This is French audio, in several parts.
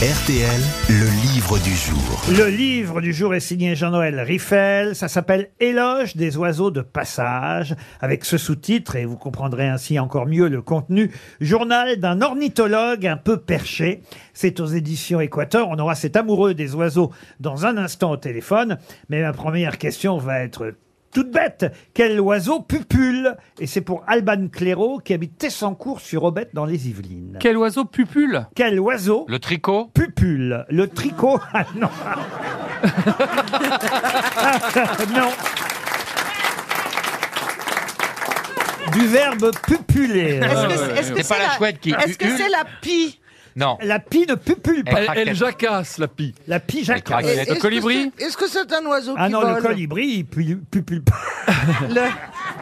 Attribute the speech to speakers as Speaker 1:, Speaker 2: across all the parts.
Speaker 1: RTL, le livre du jour.
Speaker 2: Le livre du jour est signé Jean-Noël Riffel. Ça s'appelle Éloge des oiseaux de passage, avec ce sous-titre, et vous comprendrez ainsi encore mieux le contenu, Journal d'un ornithologue un peu perché. C'est aux éditions Équateur. On aura cet amoureux des oiseaux dans un instant au téléphone. Mais ma première question va être toute bête. Quel oiseau pupule Et c'est pour Alban Cléraud, qui habite Tessancourt sur Aubette dans les Yvelines.
Speaker 3: Quel oiseau pupule
Speaker 2: Quel oiseau
Speaker 3: Le tricot
Speaker 2: Pupule, le tricot. Ah non. non. Du verbe pupuler.
Speaker 4: Est-ce que
Speaker 3: ouais, ouais.
Speaker 4: est-ce que
Speaker 3: C'est
Speaker 4: c'est
Speaker 3: pas la chouette qui
Speaker 4: Est-ce que
Speaker 3: hue, hue.
Speaker 4: c'est la pie
Speaker 3: Non.
Speaker 2: La pie ne pupule pas.
Speaker 3: Elle, elle jacasse, la pie.
Speaker 2: La pie Jacques.
Speaker 3: Elle est
Speaker 4: Est-ce
Speaker 3: le
Speaker 4: que
Speaker 3: colibri
Speaker 4: c'est- Est-ce que c'est un oiseau
Speaker 2: Ah
Speaker 4: qui
Speaker 2: non, le
Speaker 4: vole
Speaker 2: colibri, il pu- pupule pas.
Speaker 4: Le,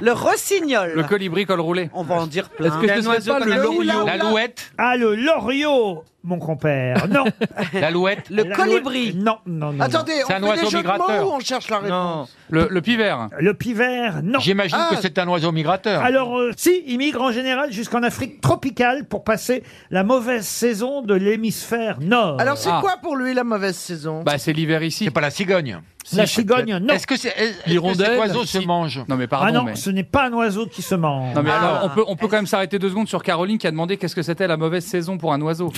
Speaker 4: le rossignol.
Speaker 3: Le colibri col roulé.
Speaker 4: On va en dire plein.
Speaker 3: Est-ce que ce serait pas le loriot L'alouette
Speaker 2: Ah, le loriot, mon compère. Non.
Speaker 3: L'alouette
Speaker 4: Le
Speaker 2: La-
Speaker 4: colibri.
Speaker 2: Non, non, non, non.
Speaker 4: Attendez, on
Speaker 3: C'est un
Speaker 4: fait
Speaker 3: oiseau
Speaker 4: des jeux de
Speaker 3: migrateur.
Speaker 4: mots ou on cherche la réponse
Speaker 3: Le, le pivert
Speaker 2: Le pivert, non.
Speaker 3: J'imagine
Speaker 4: Ah.
Speaker 3: que c'est un oiseau migrateur.
Speaker 2: Alors, euh, si, ils migrent en général jusqu'en Afrique tropicale pour passer la mauvaise saison de l'hémisphère nord.
Speaker 4: Alors c'est
Speaker 3: Ah.
Speaker 4: quoi pour lui la mauvaise saison
Speaker 3: Bah, c'est l'hiver ici.
Speaker 5: C'est pas la cigogne.
Speaker 2: la chigogne, non.
Speaker 5: Est-ce que, c'est, est-ce que
Speaker 3: L'hirondelle
Speaker 5: cet oiseau se
Speaker 3: si.
Speaker 5: mange
Speaker 3: Non, mais pardon.
Speaker 2: Ah non,
Speaker 3: mais...
Speaker 2: ce n'est pas un oiseau qui se mange.
Speaker 3: Non, mais
Speaker 4: Ah.
Speaker 3: alors, on peut, on peut quand même s'arrêter deux secondes sur Caroline qui a demandé qu'est-ce que c'était la mauvaise saison pour un oiseau.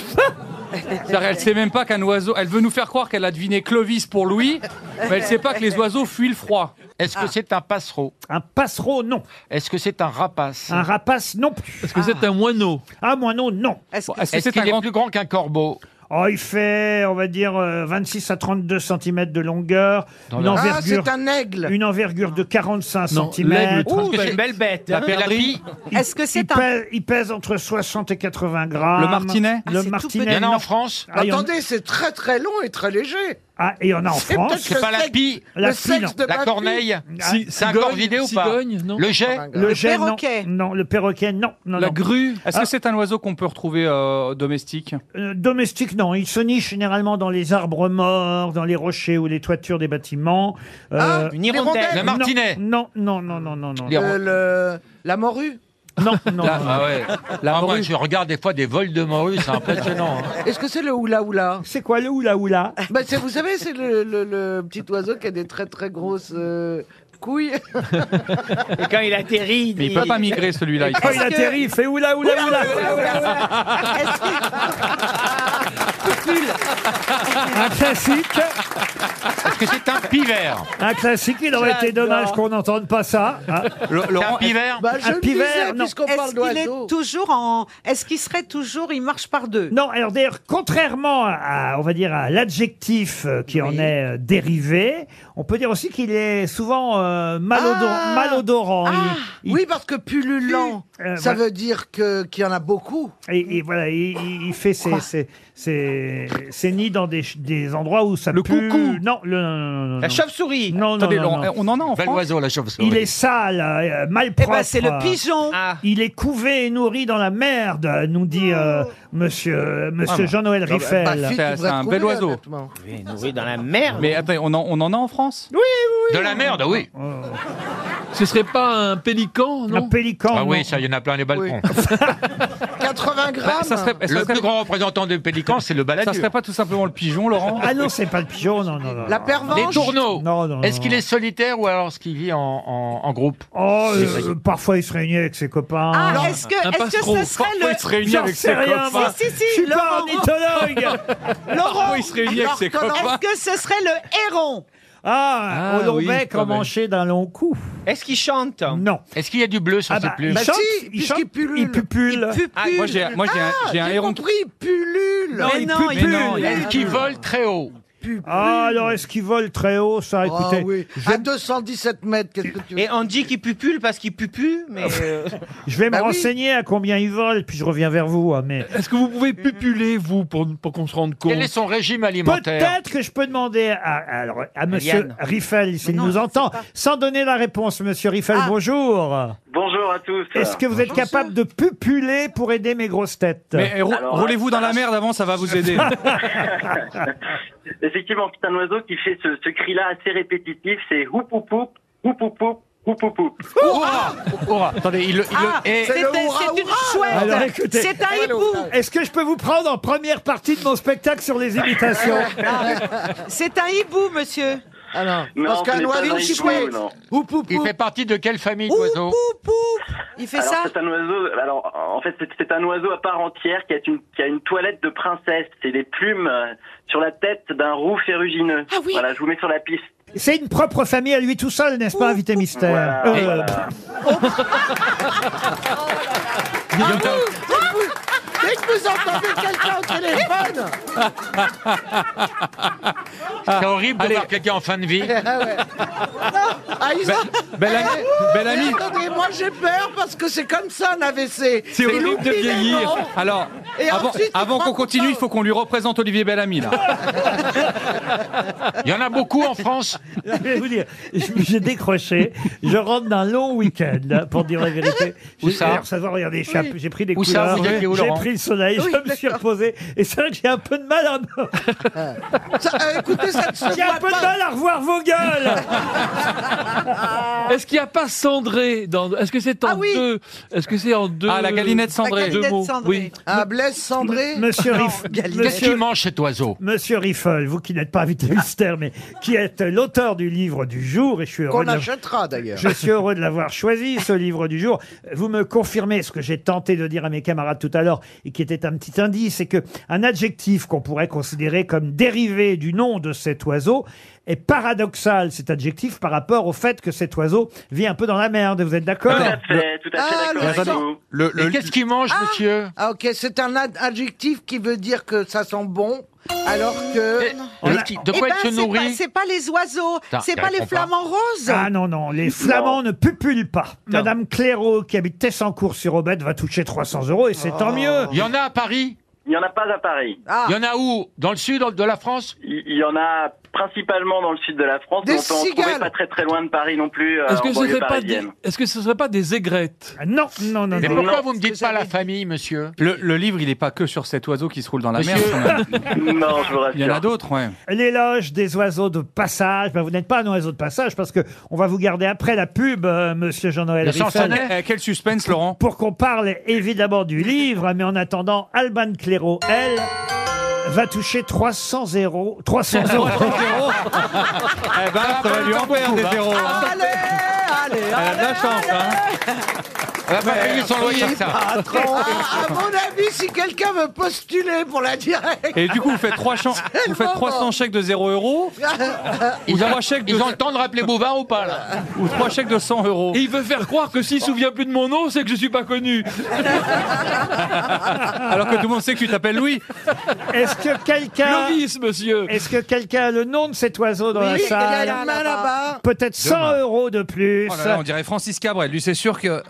Speaker 3: C'est-à-dire, elle sait même pas qu'un oiseau. Elle veut nous faire croire qu'elle a deviné Clovis pour Louis, mais elle sait pas que les oiseaux fuient le froid.
Speaker 5: Est-ce que c'est un passereau
Speaker 2: Un passereau, non.
Speaker 5: Est-ce que c'est un rapace
Speaker 2: Un rapace, non plus.
Speaker 3: Est-ce que c'est un moineau
Speaker 2: Un moineau, non.
Speaker 4: Est-ce que-
Speaker 3: Est-ce que
Speaker 5: Est-ce
Speaker 3: c'est
Speaker 5: qu'il
Speaker 3: un grand.
Speaker 5: est plus grand qu'un corbeau
Speaker 2: Oh, il fait, on va dire, euh, 26 à 32 cm de longueur, une
Speaker 5: la-
Speaker 4: Ah,
Speaker 2: envergure,
Speaker 4: c'est un aigle.
Speaker 2: une envergure de 45 cm.
Speaker 3: l'aigle,
Speaker 5: Parce que c'est une belle bête. La perdrix
Speaker 6: Est-ce que
Speaker 2: Il
Speaker 6: c'est un...
Speaker 2: pèse, il pèse entre 60 et 80 grammes.
Speaker 3: Le martinet
Speaker 6: Ah,
Speaker 2: Le
Speaker 6: c'est tout
Speaker 5: Il y
Speaker 2: martinet,
Speaker 5: en a
Speaker 2: non.
Speaker 5: en France
Speaker 2: Ah, il y en-
Speaker 4: Attendez, c'est très très long et très léger.
Speaker 2: Ah, et il y en a en
Speaker 4: C'est
Speaker 2: France.
Speaker 4: peut-être
Speaker 5: C'est pas la
Speaker 4: sexe-
Speaker 5: pie,
Speaker 2: La
Speaker 4: le
Speaker 2: pie,
Speaker 4: sexe
Speaker 2: non.
Speaker 4: de ma
Speaker 5: la
Speaker 4: fille.
Speaker 5: corneille
Speaker 2: Ah,
Speaker 5: C'est un corvidé ou pas Le jet
Speaker 4: Ah,
Speaker 2: Le, jet, non.
Speaker 6: perroquet.
Speaker 2: non. Le perroquet, non. non,
Speaker 3: La
Speaker 2: non.
Speaker 3: grue Est-ce
Speaker 2: Ah.
Speaker 3: que c'est un oiseau qu'on peut retrouver euh, domestique
Speaker 2: Euh, domestique, non. Il se niche généralement dans les arbres morts, dans les rochers ou les toitures des bâtiments.
Speaker 4: Ah,
Speaker 2: Euh,
Speaker 4: une hirondelle.
Speaker 5: Le martinet
Speaker 2: Non, non, non, non, non, non.
Speaker 5: Les-
Speaker 4: Le- Euh, le- la morue.
Speaker 2: Non, non.
Speaker 3: La-
Speaker 2: bah, non.
Speaker 5: Ah ouais.
Speaker 3: La
Speaker 5: Ah, moi,
Speaker 3: morue.
Speaker 5: je regarde des fois des vols de morue, c'est impressionnant. hein.
Speaker 4: Est-ce que c'est le oula oula
Speaker 2: C'est quoi le oula oula
Speaker 4: Bah, c'est- Vous savez, c'est le, le- le petit oiseau qui a des très très grosses euh, couilles.
Speaker 3: Mais il peut pas migrer celui-là. il
Speaker 2: Quand
Speaker 3: faut-
Speaker 2: il atterrit, il fait oula oula oula.
Speaker 6: Est-ce que-
Speaker 2: Un classique,
Speaker 5: Est-ce que c'est un pivert
Speaker 2: un classique. Il aurait été dommage qu'on n'entende pas ça. hein.
Speaker 5: C'est un pivert
Speaker 4: Bah, je
Speaker 2: Un
Speaker 4: le
Speaker 2: pivert,
Speaker 4: disais,
Speaker 2: non.
Speaker 4: puisqu'on parle
Speaker 6: Est-ce qu'il
Speaker 4: d'oiseau.
Speaker 6: est toujours en... Est-ce qu'il serait toujours... Il marche par deux
Speaker 2: Non, alors d'ailleurs, contrairement à, on va dire, à l'adjectif euh, qui en est euh, dérivé, on peut dire aussi qu'il est souvent euh, malodo-
Speaker 4: Ah.
Speaker 2: malodorant. Il- il-
Speaker 4: Oui, parce que pullulant,
Speaker 2: Euh,
Speaker 4: ça
Speaker 2: voilà.
Speaker 4: veut dire que- qu'il y en a beaucoup.
Speaker 2: Et, et voilà, il, il- il fait ses, ses, ses- ses nids dans des, ch- des endroits où ça
Speaker 3: Le
Speaker 2: pue.
Speaker 3: coucou.
Speaker 2: Non, le, non, non, non, non.
Speaker 7: La chauve-souris.
Speaker 2: Non, non,
Speaker 3: Attendez, eh,
Speaker 2: non,
Speaker 3: on,
Speaker 2: non.
Speaker 3: on en a en
Speaker 5: Bel
Speaker 3: France.
Speaker 5: oiseau, la chauve-souris.
Speaker 2: Il est sale, euh,
Speaker 6: Eh
Speaker 2: malpropre.
Speaker 6: ben, c'est le pigeon
Speaker 7: Ah.
Speaker 2: Il est couvé et nourri dans la merde, nous dit euh, monsieur, monsieur
Speaker 3: Ah,
Speaker 2: Jean-Noël
Speaker 4: Bah,
Speaker 2: Riffel.
Speaker 4: ma fille, tu
Speaker 3: C'est-
Speaker 4: devrais
Speaker 3: c'est un
Speaker 4: trouver,
Speaker 3: bel oiseau.
Speaker 4: honnêtement.
Speaker 7: Nourri dans la merde.
Speaker 3: Mais attendez, on en, on en a en France
Speaker 5: De la merde, oui.
Speaker 8: Ce serait pas un pélican,
Speaker 2: un
Speaker 8: non
Speaker 2: pélican.
Speaker 5: Ah
Speaker 2: non.
Speaker 5: oui, ça, il y en a plein les balcons.
Speaker 4: 80
Speaker 3: Bah,
Speaker 4: grammes.
Speaker 3: ça, serait, ça
Speaker 5: Le
Speaker 3: serait-
Speaker 5: plus grand représentant des pélicans, c'est le
Speaker 3: ça
Speaker 5: baladier.
Speaker 3: serait pas tout simplement le pigeon, Laurent
Speaker 2: Ah non, c'est pas le pigeon, non, non, non.
Speaker 4: La
Speaker 2: non.
Speaker 5: Les
Speaker 4: pervenche.
Speaker 5: tourneaux
Speaker 2: Non, non,
Speaker 5: Est-ce
Speaker 2: non,
Speaker 5: qu'il
Speaker 2: non.
Speaker 5: est solitaire ou alors est-ce qu'il vit en, en- en groupe
Speaker 2: Oh,
Speaker 5: C'est
Speaker 2: euh, parfois il se réunit avec ses copains.
Speaker 6: Ah, est-ce que,
Speaker 8: un
Speaker 6: est-ce que
Speaker 8: passereau.
Speaker 6: ce serait le... Ah,
Speaker 3: il se réunit
Speaker 2: J'en
Speaker 3: avec ses
Speaker 2: sais rien, moi.
Speaker 3: copains.
Speaker 6: Si, si, si,
Speaker 2: Je suis pas
Speaker 6: Laurent.
Speaker 2: ornithologue
Speaker 6: Laurent,
Speaker 3: il se réunit avec ses
Speaker 4: Alors,
Speaker 3: copains.
Speaker 6: est-ce que ce serait le héron
Speaker 2: Ah,
Speaker 8: Ah,
Speaker 2: au long
Speaker 8: oui,
Speaker 2: bec,
Speaker 8: quand même.
Speaker 2: emmanché d'un long cou.
Speaker 7: Est-ce qu'il chante
Speaker 2: Non.
Speaker 5: Est-ce qu'il y a du bleu sur
Speaker 2: Ah
Speaker 5: ses
Speaker 2: bah,
Speaker 5: plumes
Speaker 2: il
Speaker 4: Bah
Speaker 2: chante,
Speaker 4: si,
Speaker 2: il
Speaker 4: puisqu'il
Speaker 2: chante,
Speaker 4: pullule.
Speaker 2: il pupule.
Speaker 3: Ah, moi, j'ai moi, j'ai un, j'ai un
Speaker 4: J'ai
Speaker 3: héron.
Speaker 4: compris, pullule.
Speaker 2: Non,
Speaker 6: Mais
Speaker 2: il
Speaker 6: non,
Speaker 2: pupule.
Speaker 6: il-
Speaker 3: non, il-
Speaker 5: Est-ce qu'il vole très haut
Speaker 2: Ah, alors est-ce qu'il vole très haut, ça
Speaker 4: Ah
Speaker 2: Écoutez,
Speaker 4: oui.
Speaker 2: je,
Speaker 4: À 217 mètres, qu'est-ce que tu veux
Speaker 7: Et on dit qu'il pupule parce qu'il pupule, mais euh,
Speaker 2: je vais
Speaker 4: Bah
Speaker 2: me
Speaker 4: oui.
Speaker 2: renseigner à combien il vole, puis je reviens vers vous. hein, mais
Speaker 8: Est-ce que vous pouvez pupuler, vous, pour, pour qu'on se rende compte
Speaker 5: Quel est son régime alimentaire
Speaker 2: peut-être que je peux demander à, à- alors, à Monsieur Riffel s'il
Speaker 6: non,
Speaker 2: nous
Speaker 6: je
Speaker 2: entend,
Speaker 6: sais pas.
Speaker 2: sans donner la réponse. Monsieur Riffel,
Speaker 6: Ah.
Speaker 2: bonjour.
Speaker 9: Bonjour à tous.
Speaker 2: Est-ce que vous êtes capable de pupuler pour aider mes grosses têtes
Speaker 3: Mais eh, rou-
Speaker 9: Alors,
Speaker 3: roulez-vous dans la merde avant, ça va vous aider.
Speaker 9: Effectivement, c'est un oiseau qui fait ce, ce cri-là assez répétitif, c'est houp houp houp, houp houp houp,
Speaker 5: Ouah Attendez, il le. il le-
Speaker 6: Ah,
Speaker 5: eh,
Speaker 6: c'est
Speaker 9: le
Speaker 6: c'est une
Speaker 9: hurrah, hurrah
Speaker 6: chouette.
Speaker 2: Alors, écoutez.
Speaker 6: c'est un hibou.
Speaker 2: Est-ce que je peux vous prendre en première partie de mon spectacle sur les imitations
Speaker 6: C'est un hibou, monsieur.
Speaker 4: Alors,
Speaker 9: Non,
Speaker 4: parce
Speaker 9: vous
Speaker 4: qu'un
Speaker 9: n'êtes pas
Speaker 4: oiseau
Speaker 9: un
Speaker 4: chouette.
Speaker 9: hibou, non.
Speaker 6: Oup, oup,
Speaker 5: il
Speaker 6: oup.
Speaker 5: fait partie de quelle famille
Speaker 6: Oup,
Speaker 5: d'oiseaux
Speaker 6: oup, oup. Il fait
Speaker 9: Alors,
Speaker 6: ça.
Speaker 9: c'est un oiseau. Alors, en fait, c'est- c'est un oiseau à part entière qui a une, qui a une toilette de princesse. C'est des plumes euh, sur la tête d'un roux ferrugineux.
Speaker 6: Ah oui.
Speaker 9: Voilà, je vous mets sur la piste.
Speaker 2: C'est une propre famille à lui tout seul, n'est-ce pas, invité mystère
Speaker 9: Voilà,
Speaker 2: Euh,
Speaker 9: voilà.
Speaker 4: Dès que vous entendez quelqu'un au téléphone,
Speaker 5: C'est horrible de voir quelqu'un en fin de vie.
Speaker 4: ah, ils ont-
Speaker 3: Belle amie, belle
Speaker 4: Mais
Speaker 3: amie.
Speaker 4: attendez, moi j'ai peur parce que c'est comme ça un AVC.
Speaker 3: C'est horrible
Speaker 4: oublie les noms.
Speaker 3: Alors,
Speaker 4: Et
Speaker 3: avant,
Speaker 4: ensuite, il
Speaker 3: avant
Speaker 4: prend
Speaker 3: qu'on
Speaker 4: pour
Speaker 3: continue,
Speaker 4: ça.
Speaker 3: il faut qu'on lui représente Olivier Bellamy, là.
Speaker 5: Il y en a beaucoup en France.
Speaker 2: Je vais vous dire, je- j'ai décroché, je rentre d'un long week-end, là, pour dire la vérité.
Speaker 5: Où
Speaker 2: J'ai-
Speaker 5: ça
Speaker 2: alors, Ça va, regardez, j'ai j'ai pris des
Speaker 5: Où ça,
Speaker 2: couleurs,
Speaker 5: vous étiez où,
Speaker 2: j'ai
Speaker 5: Laurent
Speaker 2: pris le soleil,
Speaker 4: Oui,
Speaker 2: je me suis reposé, et c'est vrai que j'ai un peu de mal à, me-
Speaker 4: Ça, euh, écoutez, ça ne se
Speaker 2: j'ai un
Speaker 4: voit
Speaker 2: peu de
Speaker 4: pas.
Speaker 2: mal à revoir vos gueules
Speaker 8: Est-ce qu'il n'y a pas Cendré dans... Est-ce que c'est en
Speaker 6: Ah oui.
Speaker 8: deux Est-ce que c'est en deux
Speaker 3: Ah, la galinette cendrée.
Speaker 6: La galinette
Speaker 8: Deux mots.
Speaker 6: cendrée.
Speaker 8: Oui.
Speaker 4: Ah, Blaise Cendré.
Speaker 2: Monsieur, Riff-
Speaker 5: Qu'est-ce qu'il
Speaker 2: Monsieur,
Speaker 5: mange cet oiseau
Speaker 2: Monsieur Riffel, vous qui n'êtes pas invité mystère, mais qui êtes l'auteur du livre du jour, et je suis heureux
Speaker 4: Qu'on
Speaker 2: de-
Speaker 4: achètera d'ailleurs.
Speaker 2: Je suis heureux de l'avoir choisi, ce livre du jour. Vous me confirmez ce que j'ai tenté de dire à mes camarades tout à l'heure et qui était un petit indice, c'est que un adjectif qu'on pourrait considérer comme dérivé du nom de cet oiseau est paradoxal, cet adjectif, par rapport au fait que cet oiseau vit un peu dans la merde. Vous êtes d'accord
Speaker 9: Tout à fait, tout à fait
Speaker 4: Ah, le
Speaker 9: d'accord avec
Speaker 4: sang.
Speaker 9: vous.
Speaker 5: Et qu'est-ce qu'il mange, monsieur
Speaker 4: Ah, ok, c'est un ad- adjectif qui veut dire que ça sent bon, alors que.
Speaker 5: Et- le petit- De quoi
Speaker 6: Ah
Speaker 5: il
Speaker 6: Eh ben,
Speaker 5: se
Speaker 6: c'est pas-
Speaker 5: nourrit
Speaker 6: C'est pas les oiseaux,
Speaker 5: Putain,
Speaker 6: c'est
Speaker 5: il
Speaker 6: pas les
Speaker 5: répond pas.
Speaker 6: flamants roses.
Speaker 2: Ah non, non, les flamands ne pupulent pas. Madame Clairaut, qui habite Tessancourt sur Aubette, va toucher 300 euros et c'est tant mieux.
Speaker 5: Il y en a à Paris
Speaker 9: Il n'y en a pas à Paris.
Speaker 4: Ah,
Speaker 5: Il y en a où Dans le sud de la France
Speaker 9: Il il y en a principalement dans le sud de la France,
Speaker 4: Des
Speaker 9: mais on peut en trouver
Speaker 4: cigales.
Speaker 9: pas très très loin de Paris non plus, euh,
Speaker 8: Est-ce
Speaker 9: en
Speaker 8: que, ce
Speaker 9: banlieue
Speaker 8: serait pas des...
Speaker 9: parisienne.
Speaker 8: Est-ce que ce serait pas des aigrettes
Speaker 2: Ah Non, non, non,
Speaker 5: Mais
Speaker 2: non.
Speaker 5: pourquoi
Speaker 9: Non,
Speaker 5: vous me dites pas la famille, monsieur
Speaker 3: Le, le livre, il est pas que sur cet oiseau qui se roule dans la merde.
Speaker 5: Monsieur-
Speaker 3: quand même.
Speaker 9: Non, je vous
Speaker 3: Il y en a
Speaker 9: rassure.
Speaker 3: d'autres, ouais.
Speaker 2: L'éloge des oiseaux de passage. Ben, vous n'êtes pas un oiseau de passage parce que on va vous garder après la pub, euh, monsieur Jean-Noël
Speaker 5: Le
Speaker 2: Riffel,
Speaker 5: Sansonnet
Speaker 3: Eh, quel suspense, Laurent.
Speaker 2: pour qu'on parle évidemment du livre. Mais en attendant, Alban Cléro, elle, va toucher 300 euros. 300 euros.
Speaker 3: Eh ben, ça va lui envoyer un des zéros.
Speaker 8: Ah,
Speaker 3: hein.
Speaker 6: Allez, allez,
Speaker 2: Euh,
Speaker 3: Elle a de la
Speaker 6: allez.
Speaker 3: chance, hein.
Speaker 5: Elle va pas payer son loyer comme ça.
Speaker 2: eh,
Speaker 4: Ah, à mon avis, si quelqu'un veut postuler pour la directe.
Speaker 3: Et du coup, vous faites, trois chan- vous faites
Speaker 4: marrant.
Speaker 3: 300 chèques de 0 euros ou
Speaker 2: Eh.
Speaker 5: Ils ont,
Speaker 3: 3 chèques de,
Speaker 5: ils ont le temps de rappeler Bouvard ou pas, là
Speaker 3: ou trois chèques de 100 euros.
Speaker 8: Et il veut faire croire que s'il se souvient plus de mon nom, c'est que je suis pas connu.
Speaker 3: Alors que tout le monde sait que tu t'appelles Louis.
Speaker 2: Est-ce que quelqu'un,
Speaker 8: Clovis, monsieur.
Speaker 2: est-ce que quelqu'un a le nom de cet oiseau dans la
Speaker 4: Oui, il y a
Speaker 2: salle
Speaker 4: une main là-bas.
Speaker 2: Peut-être 100
Speaker 3: Demain.
Speaker 2: euros de plus.
Speaker 3: Oh là là, on dirait Francis Cabrel. Lui, c'est sûr que.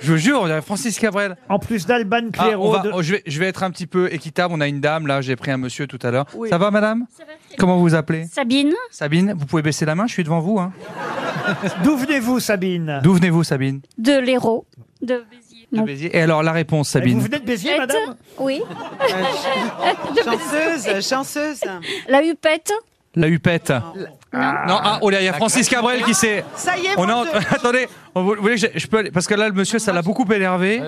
Speaker 3: Je vous jure, on dirait Francis Cabrel.
Speaker 2: En plus d'Alban
Speaker 3: Ah, on
Speaker 2: Cléro.
Speaker 3: va-
Speaker 2: de-
Speaker 3: oh, je, vais, je vais être un petit peu équitable. On a une dame là, j'ai pris un monsieur tout à l'heure.
Speaker 6: Oui.
Speaker 3: Ça va, madame Comment vous vous appelez
Speaker 10: Sabine,
Speaker 3: Sabine, vous pouvez baisser la main, je suis devant vous. hein.
Speaker 2: D'où venez-vous, Sabine
Speaker 3: D'où venez-vous, Sabine
Speaker 10: de l'Hérault, de Béziers.
Speaker 3: De
Speaker 10: Mon
Speaker 3: Béziers. Et alors, la réponse,
Speaker 2: Eh, Vous
Speaker 3: Sabine
Speaker 2: venez de Béziers,
Speaker 10: pet,
Speaker 2: madame
Speaker 10: Oui.
Speaker 6: Chanceuse, chanceuse.
Speaker 10: La Hupette,
Speaker 3: La hupette. Non, ah, oh là, il y a Francis Cabrel qui s'est.
Speaker 6: Ça y est,
Speaker 3: On a...
Speaker 6: mon Dieu.
Speaker 3: Attendez, on- vous voulez que je, je peux aller- Parce que là, le monsieur, ça l'a beaucoup énervé.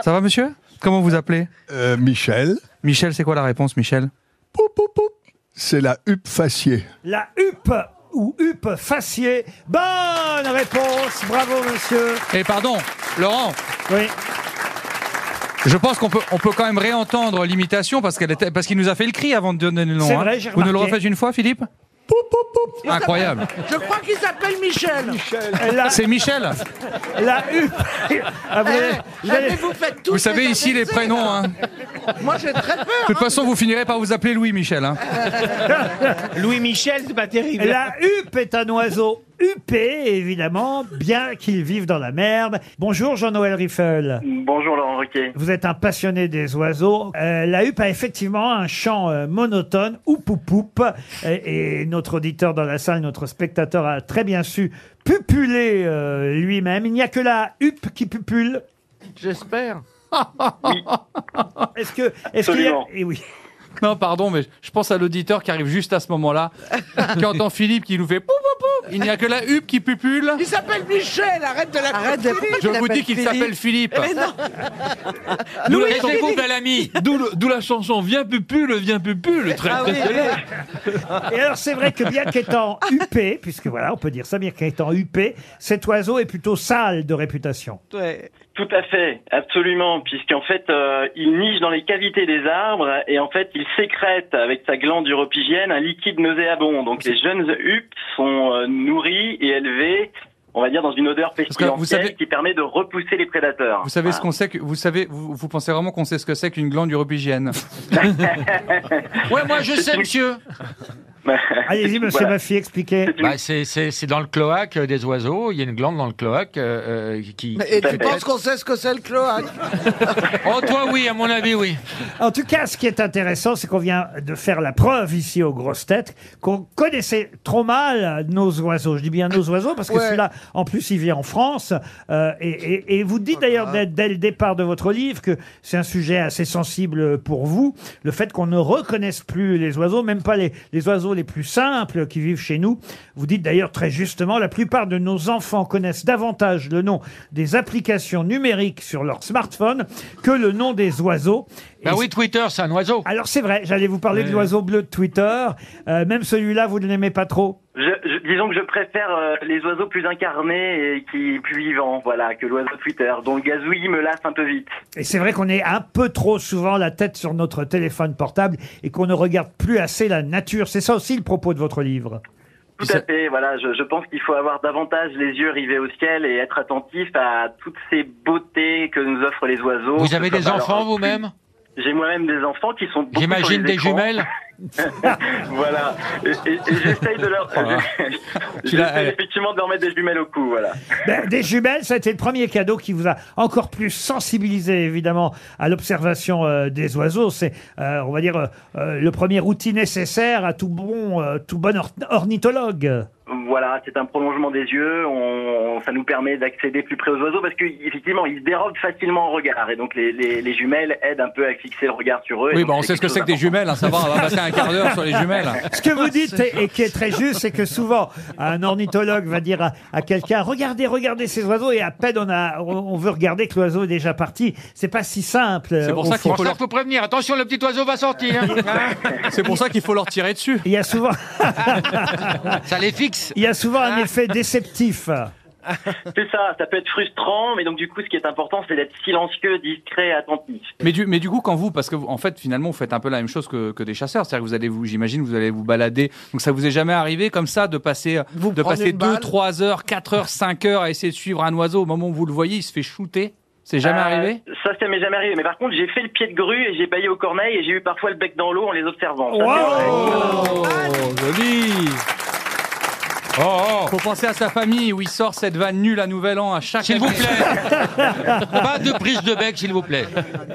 Speaker 3: Ça va, monsieur Comment vous appelez
Speaker 11: Euh, Michel,
Speaker 3: Michel, c'est quoi la réponse, Michel
Speaker 11: c'est la huppe faciée.
Speaker 2: La huppe ou huppe faciée. Bonne réponse. Bravo, monsieur.
Speaker 3: Et Eh, pardon, Laurent,
Speaker 2: Oui.
Speaker 3: je pense qu'on peut, on peut quand même réentendre l'imitation parce qu'elle était, parce qu'il nous a fait le cri avant de donner le nom. hein.
Speaker 2: C'est vrai, j'ai
Speaker 3: Vous nous le
Speaker 2: remarqué.
Speaker 3: refaites une fois, Philippe Ah, Incroyable.
Speaker 4: Je crois qu'il s'appelle Michel.
Speaker 2: La,
Speaker 3: C'est Michel.
Speaker 2: la huppe. Ah, vous allez-
Speaker 4: Eh,
Speaker 2: vous allez-
Speaker 4: mais vous faites tout.
Speaker 3: Vous savez ici les prénoms. hein. De
Speaker 4: Moi, j'ai très peur. hein.
Speaker 3: toute façon, vous finirez par vous appeler Louis Michel. hein.
Speaker 7: Louis Michel, c'est pas terrible.
Speaker 2: La huppe est un oiseau huppé, évidemment, bien qu'il vive dans la merde. Bonjour, Jean-Noël Riffel.
Speaker 9: Bonjour Laurent Roquet.
Speaker 2: Vous êtes un passionné des oiseaux. Euh, la huppe a effectivement un chant euh, monotone, oup oup oup. Et, et notre auditeur dans la salle, notre spectateur a très bien su pupuler euh, lui-même. Il n'y a que la huppe qui pupule.
Speaker 4: J'espère.
Speaker 2: Est-ce que, est-ce qu'il y a-
Speaker 9: Absolument.
Speaker 2: Eh oui.
Speaker 3: Non, pardon, mais je pense à l'auditeur qui arrive juste à ce moment-là, qui entend Philippe qui nous fait pou pou pou. Il n'y a que la huppe qui pupule.
Speaker 4: Il s'appelle Michel, arrête de la
Speaker 3: Arrête de- Je vous dis qu'il s'appelle Philippe.
Speaker 4: Mais non.
Speaker 8: D'où
Speaker 3: Louis
Speaker 8: la chanson-
Speaker 3: Philippe. bel ami
Speaker 8: D'où le- d'où la chanson Viens Pupule, viens Pupule, très
Speaker 2: Ah
Speaker 8: très
Speaker 2: oui.
Speaker 8: célèbre.
Speaker 2: Et alors, c'est vrai que bien qu'étant huppé, puisque voilà, on peut dire ça, bien qu'étant huppé, cet oiseau est plutôt sale de réputation.
Speaker 9: Tout à fait, absolument, puisqu'en fait, euh, il niche dans les cavités des arbres et en fait, il sécrète avec sa glande uropigienne un liquide nauséabond. Donc, les jeunes huppes sont euh, nourris et élevés, on va dire, dans une odeur
Speaker 3: que vous
Speaker 9: pestilentielle
Speaker 3: savez-
Speaker 9: qui permet de repousser les prédateurs.
Speaker 3: Vous savez ce qu'on sait que vous savez vous, vous pensez vraiment qu'on sait ce que c'est qu'une glande uropigienne
Speaker 5: Ouais, moi je sais, monsieur.
Speaker 2: Allez-y, monsieur
Speaker 5: Voilà.
Speaker 2: Maffi, expliquez.
Speaker 5: Bah, c'est- c'est c'est dans le cloaque euh, des oiseaux. Il y a une glande dans le cloaque euh, euh, qui.
Speaker 4: Mais- Et tu penses qu'on sait ce que c'est le cloaque
Speaker 5: Oh, toi, oui, à mon avis, oui.
Speaker 2: En tout cas, ce qui est intéressant, c'est qu'on vient de faire la preuve ici aux grosses têtes qu'on connaissait trop mal nos oiseaux. Je dis bien nos oiseaux parce que
Speaker 4: Ouais.
Speaker 2: celui-là, en plus, il vit en France. Euh, et, et- et vous dites d'ailleurs dès, dès le départ de votre livre que c'est un sujet assez sensible pour vous, le fait qu'on ne reconnaisse plus les oiseaux, même pas les, les oiseaux les plus simples qui vivent chez nous. Vous dites d'ailleurs très justement, la plupart de nos enfants connaissent davantage le nom des applications numériques sur leur smartphone que le nom des oiseaux.
Speaker 5: Bah
Speaker 2: Et
Speaker 5: oui, Twitter, c'est un oiseau.
Speaker 2: alors c'est vrai, j'allais vous parler de l'oiseau bleu de Twitter. Euh, même celui-là, vous ne l'aimez pas trop.
Speaker 9: Je, je- disons que je préfère euh, les oiseaux plus incarnés et qui plus vivants, voilà, que l'oiseau Twitter, dont le gazouillis me lasse un peu vite.
Speaker 2: Et c'est vrai qu'on est un peu trop souvent la tête sur notre téléphone portable et qu'on ne regarde plus assez la nature. C'est ça aussi le propos de votre livre.
Speaker 9: Tout à fait, voilà, je, je pense qu'il faut avoir davantage les yeux rivés au ciel et être attentif à toutes ces beautés que nous offrent les oiseaux.
Speaker 5: Vous avez
Speaker 9: Que ce
Speaker 5: des
Speaker 9: soit
Speaker 5: enfants
Speaker 9: leur-
Speaker 5: vous-même
Speaker 9: J'ai moi-même des enfants qui sont beaucoup sur
Speaker 5: J'imagine
Speaker 9: les
Speaker 5: des
Speaker 9: écrans.
Speaker 5: jumelles
Speaker 9: voilà, et, et- et j'essaye de leur...
Speaker 5: Oh Tu l'as-
Speaker 9: j'essaye effectivement de leur mettre des jumelles au cou, voilà.
Speaker 2: Ben, des jumelles, ça a été le premier cadeau qui vous a encore plus sensibilisé évidemment à l'observation euh, des oiseaux. C'est, euh, on va dire, euh, euh, le premier outil nécessaire à tout bon, euh, tout bon or- ornithologue.
Speaker 9: Voilà, c'est un prolongement des yeux. On, ça nous permet d'accéder plus près aux oiseaux parce qu'effectivement, ils se dérobent facilement au regard. Et donc, les, les, les jumelles aident un peu à fixer le regard sur eux. Et
Speaker 3: Oui,
Speaker 9: donc,
Speaker 3: bah on sait ce que
Speaker 9: quelque
Speaker 3: c'est que des
Speaker 9: chose d'important.
Speaker 3: jumelles, hein, ça va, on va passer un quart d'heure sur les jumelles.
Speaker 2: Ce que vous dites et, et qui est très juste, c'est que souvent un ornithologue va dire à, à quelqu'un regardez, regardez ces oiseaux et à peine on a, on, on veut regarder que l'oiseau est déjà parti. C'est pas si simple. euh,
Speaker 3: C'est pour
Speaker 2: au
Speaker 3: ça qu'il
Speaker 2: fond.
Speaker 5: Pour
Speaker 3: faut
Speaker 5: ça
Speaker 3: leur
Speaker 5: qu'il faut prévenir. Attention, le petit oiseau va sortir. hein.
Speaker 3: c'est pour ça qu'il faut leur tirer dessus.
Speaker 2: Il y a souvent,
Speaker 5: ça les fixe.
Speaker 2: il y a souvent
Speaker 3: Ah.
Speaker 2: un effet déceptif.
Speaker 9: C'est ça, ça peut être frustrant, mais donc du coup, ce qui est important, c'est d'être silencieux, discret, et attentif.
Speaker 3: Mais du, mais du coup, quand vous, parce que vous- en fait, finalement, vous faites un peu la même chose que, que des chasseurs, c'est-à-dire que vous allez vous, j'imagine, vous allez vous balader. Donc ça vous est jamais arrivé comme ça de passer, euh, de
Speaker 4: prenez
Speaker 3: passer
Speaker 4: une
Speaker 3: 2,
Speaker 4: balle.
Speaker 3: 3 heures, 4 heures, 5 heures à essayer de suivre un oiseau au moment où vous le voyez, il se fait shooter. C'est jamais
Speaker 4: Ah.
Speaker 9: Euh,
Speaker 3: arrivé
Speaker 9: Ça, ça m'est jamais arrivé. Mais par contre, j'ai fait le pied de grue et j'ai baillé aux corneilles et j'ai eu parfois le bec dans l'eau en les observant. Ça, c'est vrai.
Speaker 3: Oh, joli
Speaker 5: Oh, oh.
Speaker 3: Faut penser à sa famille où il sort cette vanne nulle à Nouvel An à chaque
Speaker 5: S'il vous
Speaker 3: année.
Speaker 5: plaît. Pas de prise de bec, s'il vous plaît.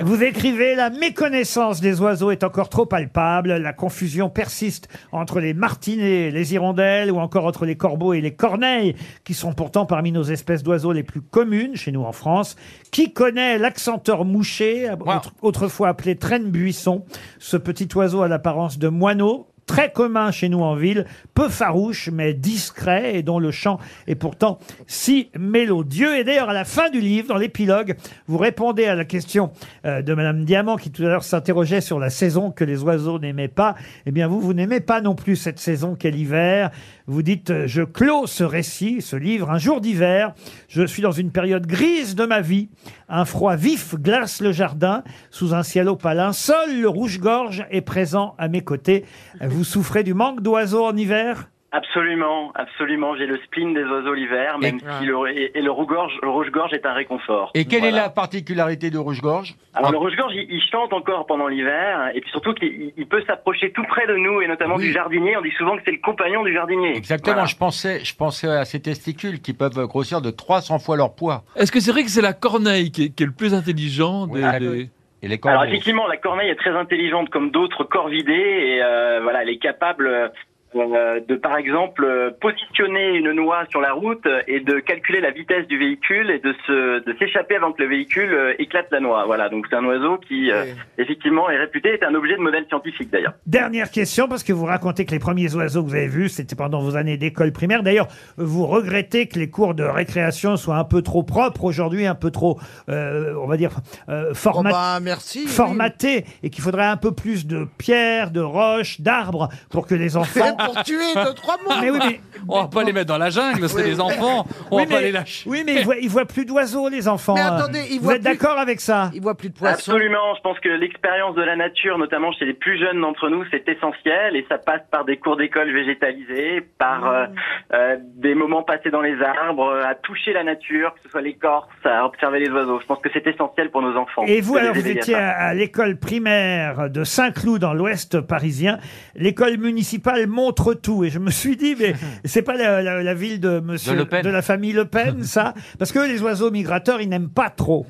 Speaker 2: Vous écrivez la méconnaissance des oiseaux est encore trop palpable. La confusion persiste entre les martinets, et les hirondelles ou encore entre les corbeaux et les corneilles, qui sont pourtant parmi nos espèces d'oiseaux les plus communes chez nous en France. Qui connaît l'accenteur mouché, autre- autrefois appelé traîne-buisson, ce petit oiseau à l'apparence de moineau très commun chez nous en ville, peu farouche mais discret et dont le chant est pourtant si mélodieux. Et d'ailleurs, à la fin du livre, dans l'épilogue, vous répondez à la question euh, de Madame Diamant qui tout à l'heure s'interrogeait sur la saison que les oiseaux n'aimaient pas. Eh bien, vous, vous n'aimez pas non plus cette saison qu'est l'hiver. Vous dites, euh, je clôt ce récit, ce livre, un jour d'hiver. Je suis dans une période grise de ma vie. Un froid vif glace le jardin sous un ciel opalin. Seul le rouge-gorge est présent à mes côtés. Euh, Vous souffrez du manque d'oiseaux en hiver
Speaker 9: Absolument, absolument. J'ai le spleen des oiseaux l'hiver, même si le, et, et le rouge-gorge le rouge-gorge est un réconfort.
Speaker 5: Et quelle est
Speaker 9: Voilà.
Speaker 5: la particularité de Rouge-Gorge
Speaker 9: Alors le rouge-gorge, il, il chante encore pendant l'hiver, et puis surtout qu'il il- il peut s'approcher tout près de nous, et notamment
Speaker 5: Oui.
Speaker 9: du jardinier. On dit souvent que c'est le compagnon du jardinier.
Speaker 5: Exactement,
Speaker 9: Voilà.
Speaker 5: je, pensais, je pensais à ces testicules qui peuvent grossir de 300 fois leur poids.
Speaker 8: Est-ce que c'est vrai que c'est la corneille qui est, qui est le plus intelligent des,
Speaker 5: Ouais.
Speaker 8: des-
Speaker 5: Et les
Speaker 9: Alors
Speaker 5: corbeaux.
Speaker 9: effectivement, la corneille est très intelligente comme d'autres corvidés, et euh, voilà, elle est capable. euh, euh, de par exemple euh, positionner une noix sur la route et de calculer la vitesse du véhicule et de se de s'échapper avant que le véhicule euh, éclate la noix. Voilà, donc c'est un oiseau qui euh, effectivement est réputé est un objet de modèle scientifique d'ailleurs.
Speaker 2: Dernière question, parce que vous racontez que les premiers oiseaux que vous avez vus, c'était pendant vos années d'école primaire. D'ailleurs, vous regrettez que les cours de récréation soient un peu trop propres aujourd'hui, un peu trop, euh, on va dire, euh, format- formatés, et qu'il faudrait un peu plus de pierres, de roches, d'arbres pour que les enfants...
Speaker 3: Pour tuer deux,
Speaker 2: trois mois Mais oui, mais...
Speaker 3: On va pas les mettre dans la jungle, c'est
Speaker 2: Oui.
Speaker 3: des enfants. On
Speaker 2: Oui,
Speaker 3: va pas
Speaker 2: mais-
Speaker 3: les lâcher.
Speaker 2: Oui, mais ils voient, ils voient plus d'oiseaux, les enfants.
Speaker 9: Mais
Speaker 2: Euh,
Speaker 9: attendez, ils
Speaker 2: vous
Speaker 9: voient
Speaker 2: êtes
Speaker 9: plus-
Speaker 2: d'accord avec ça
Speaker 4: Ils voient plus de
Speaker 9: Absolument, je pense que l'expérience de la nature, notamment chez les plus jeunes d'entre nous, c'est essentiel et ça passe par des cours d'école végétalisés, par euh,
Speaker 2: Mmh.
Speaker 9: euh, des moments passés dans les arbres, euh, à toucher la nature, que ce soit l'écorce, à observer les oiseaux. Je pense que c'est essentiel pour nos enfants.
Speaker 2: Et vous,
Speaker 9: de les
Speaker 2: alors, vous
Speaker 9: éveiller à
Speaker 2: étiez
Speaker 9: ça.
Speaker 2: à, à l'école primaire de Saint-Cloud, dans l'ouest parisien. L'école municipale montre tout. Et je me suis dit, mais c'est pas la, la- la ville de monsieur,
Speaker 5: De Le Pen.
Speaker 2: la famille Le Pen, ça? Parce que les oiseaux migrateurs, ils n'aiment pas trop.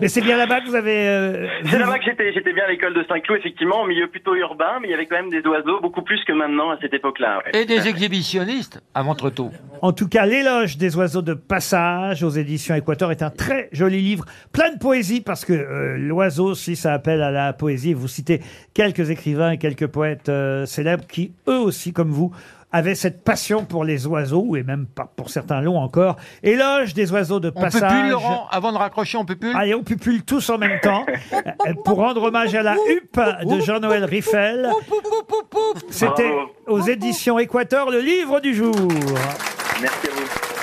Speaker 2: mais c'est bien là-bas que vous avez, euh,
Speaker 9: C'est là-bas que j'étais, j'étais bien à l'école de Saint-Cloud, effectivement, au milieu plutôt urbain, mais il y avait quand même des oiseaux, beaucoup plus que maintenant à cette époque-là. ouais.
Speaker 5: Et des exhibitionnistes à Montretot.
Speaker 2: En tout cas, L'éloge des oiseaux de passage aux éditions Équateur est un très joli livre, plein de poésie, parce que euh, l'oiseau, si ça appelle à la poésie, vous citez quelques écrivains et quelques poètes euh, célèbres qui, eux aussi, comme vous, avaient cette passion pour les oiseaux, et même pas pour certains longs encore. Éloge des oiseaux de
Speaker 5: On
Speaker 2: passage.
Speaker 5: pupule, Laurent, avant de raccrocher, on
Speaker 3: Ah,
Speaker 5: pupule
Speaker 2: Allez, on pupule tous en même temps euh, pour rendre hommage à la huppe de Jean-Noël Riffel. C'était
Speaker 9: Bravo.
Speaker 2: aux éditions Équateur le livre du jour.
Speaker 9: Merci à vous.